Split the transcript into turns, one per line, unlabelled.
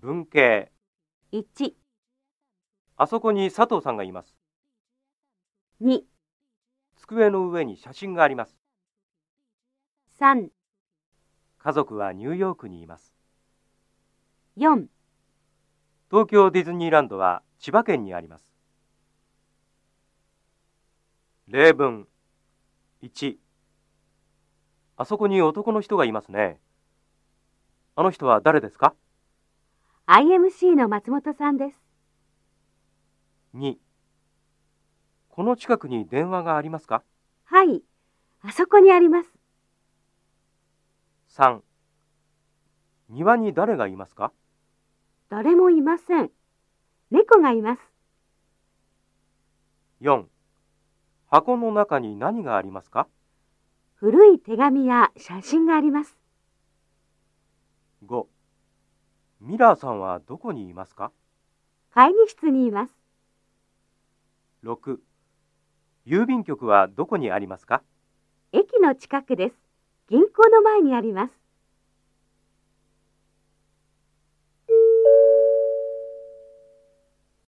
文系。
1、
あそこに佐藤さんがいます。
2、
机の上に写真があります。
3、
家族はニューヨークにいます。
4、
東京ディズニーランドは千葉県にあります。例文1あそこに男の人がいますね。あの人は誰ですか
IMC の松本さんです。
2この近くに電話がありますか
はい、あそこにあります。
3庭に誰がいますか
誰もいません。猫がいます。
4箱の中に何がありますか
古い手紙や写真があります。
5ミラーさんはどこにいますか
会議室にいます。
6郵便局はどこにありますか
駅の近くです。銀行の前にあります。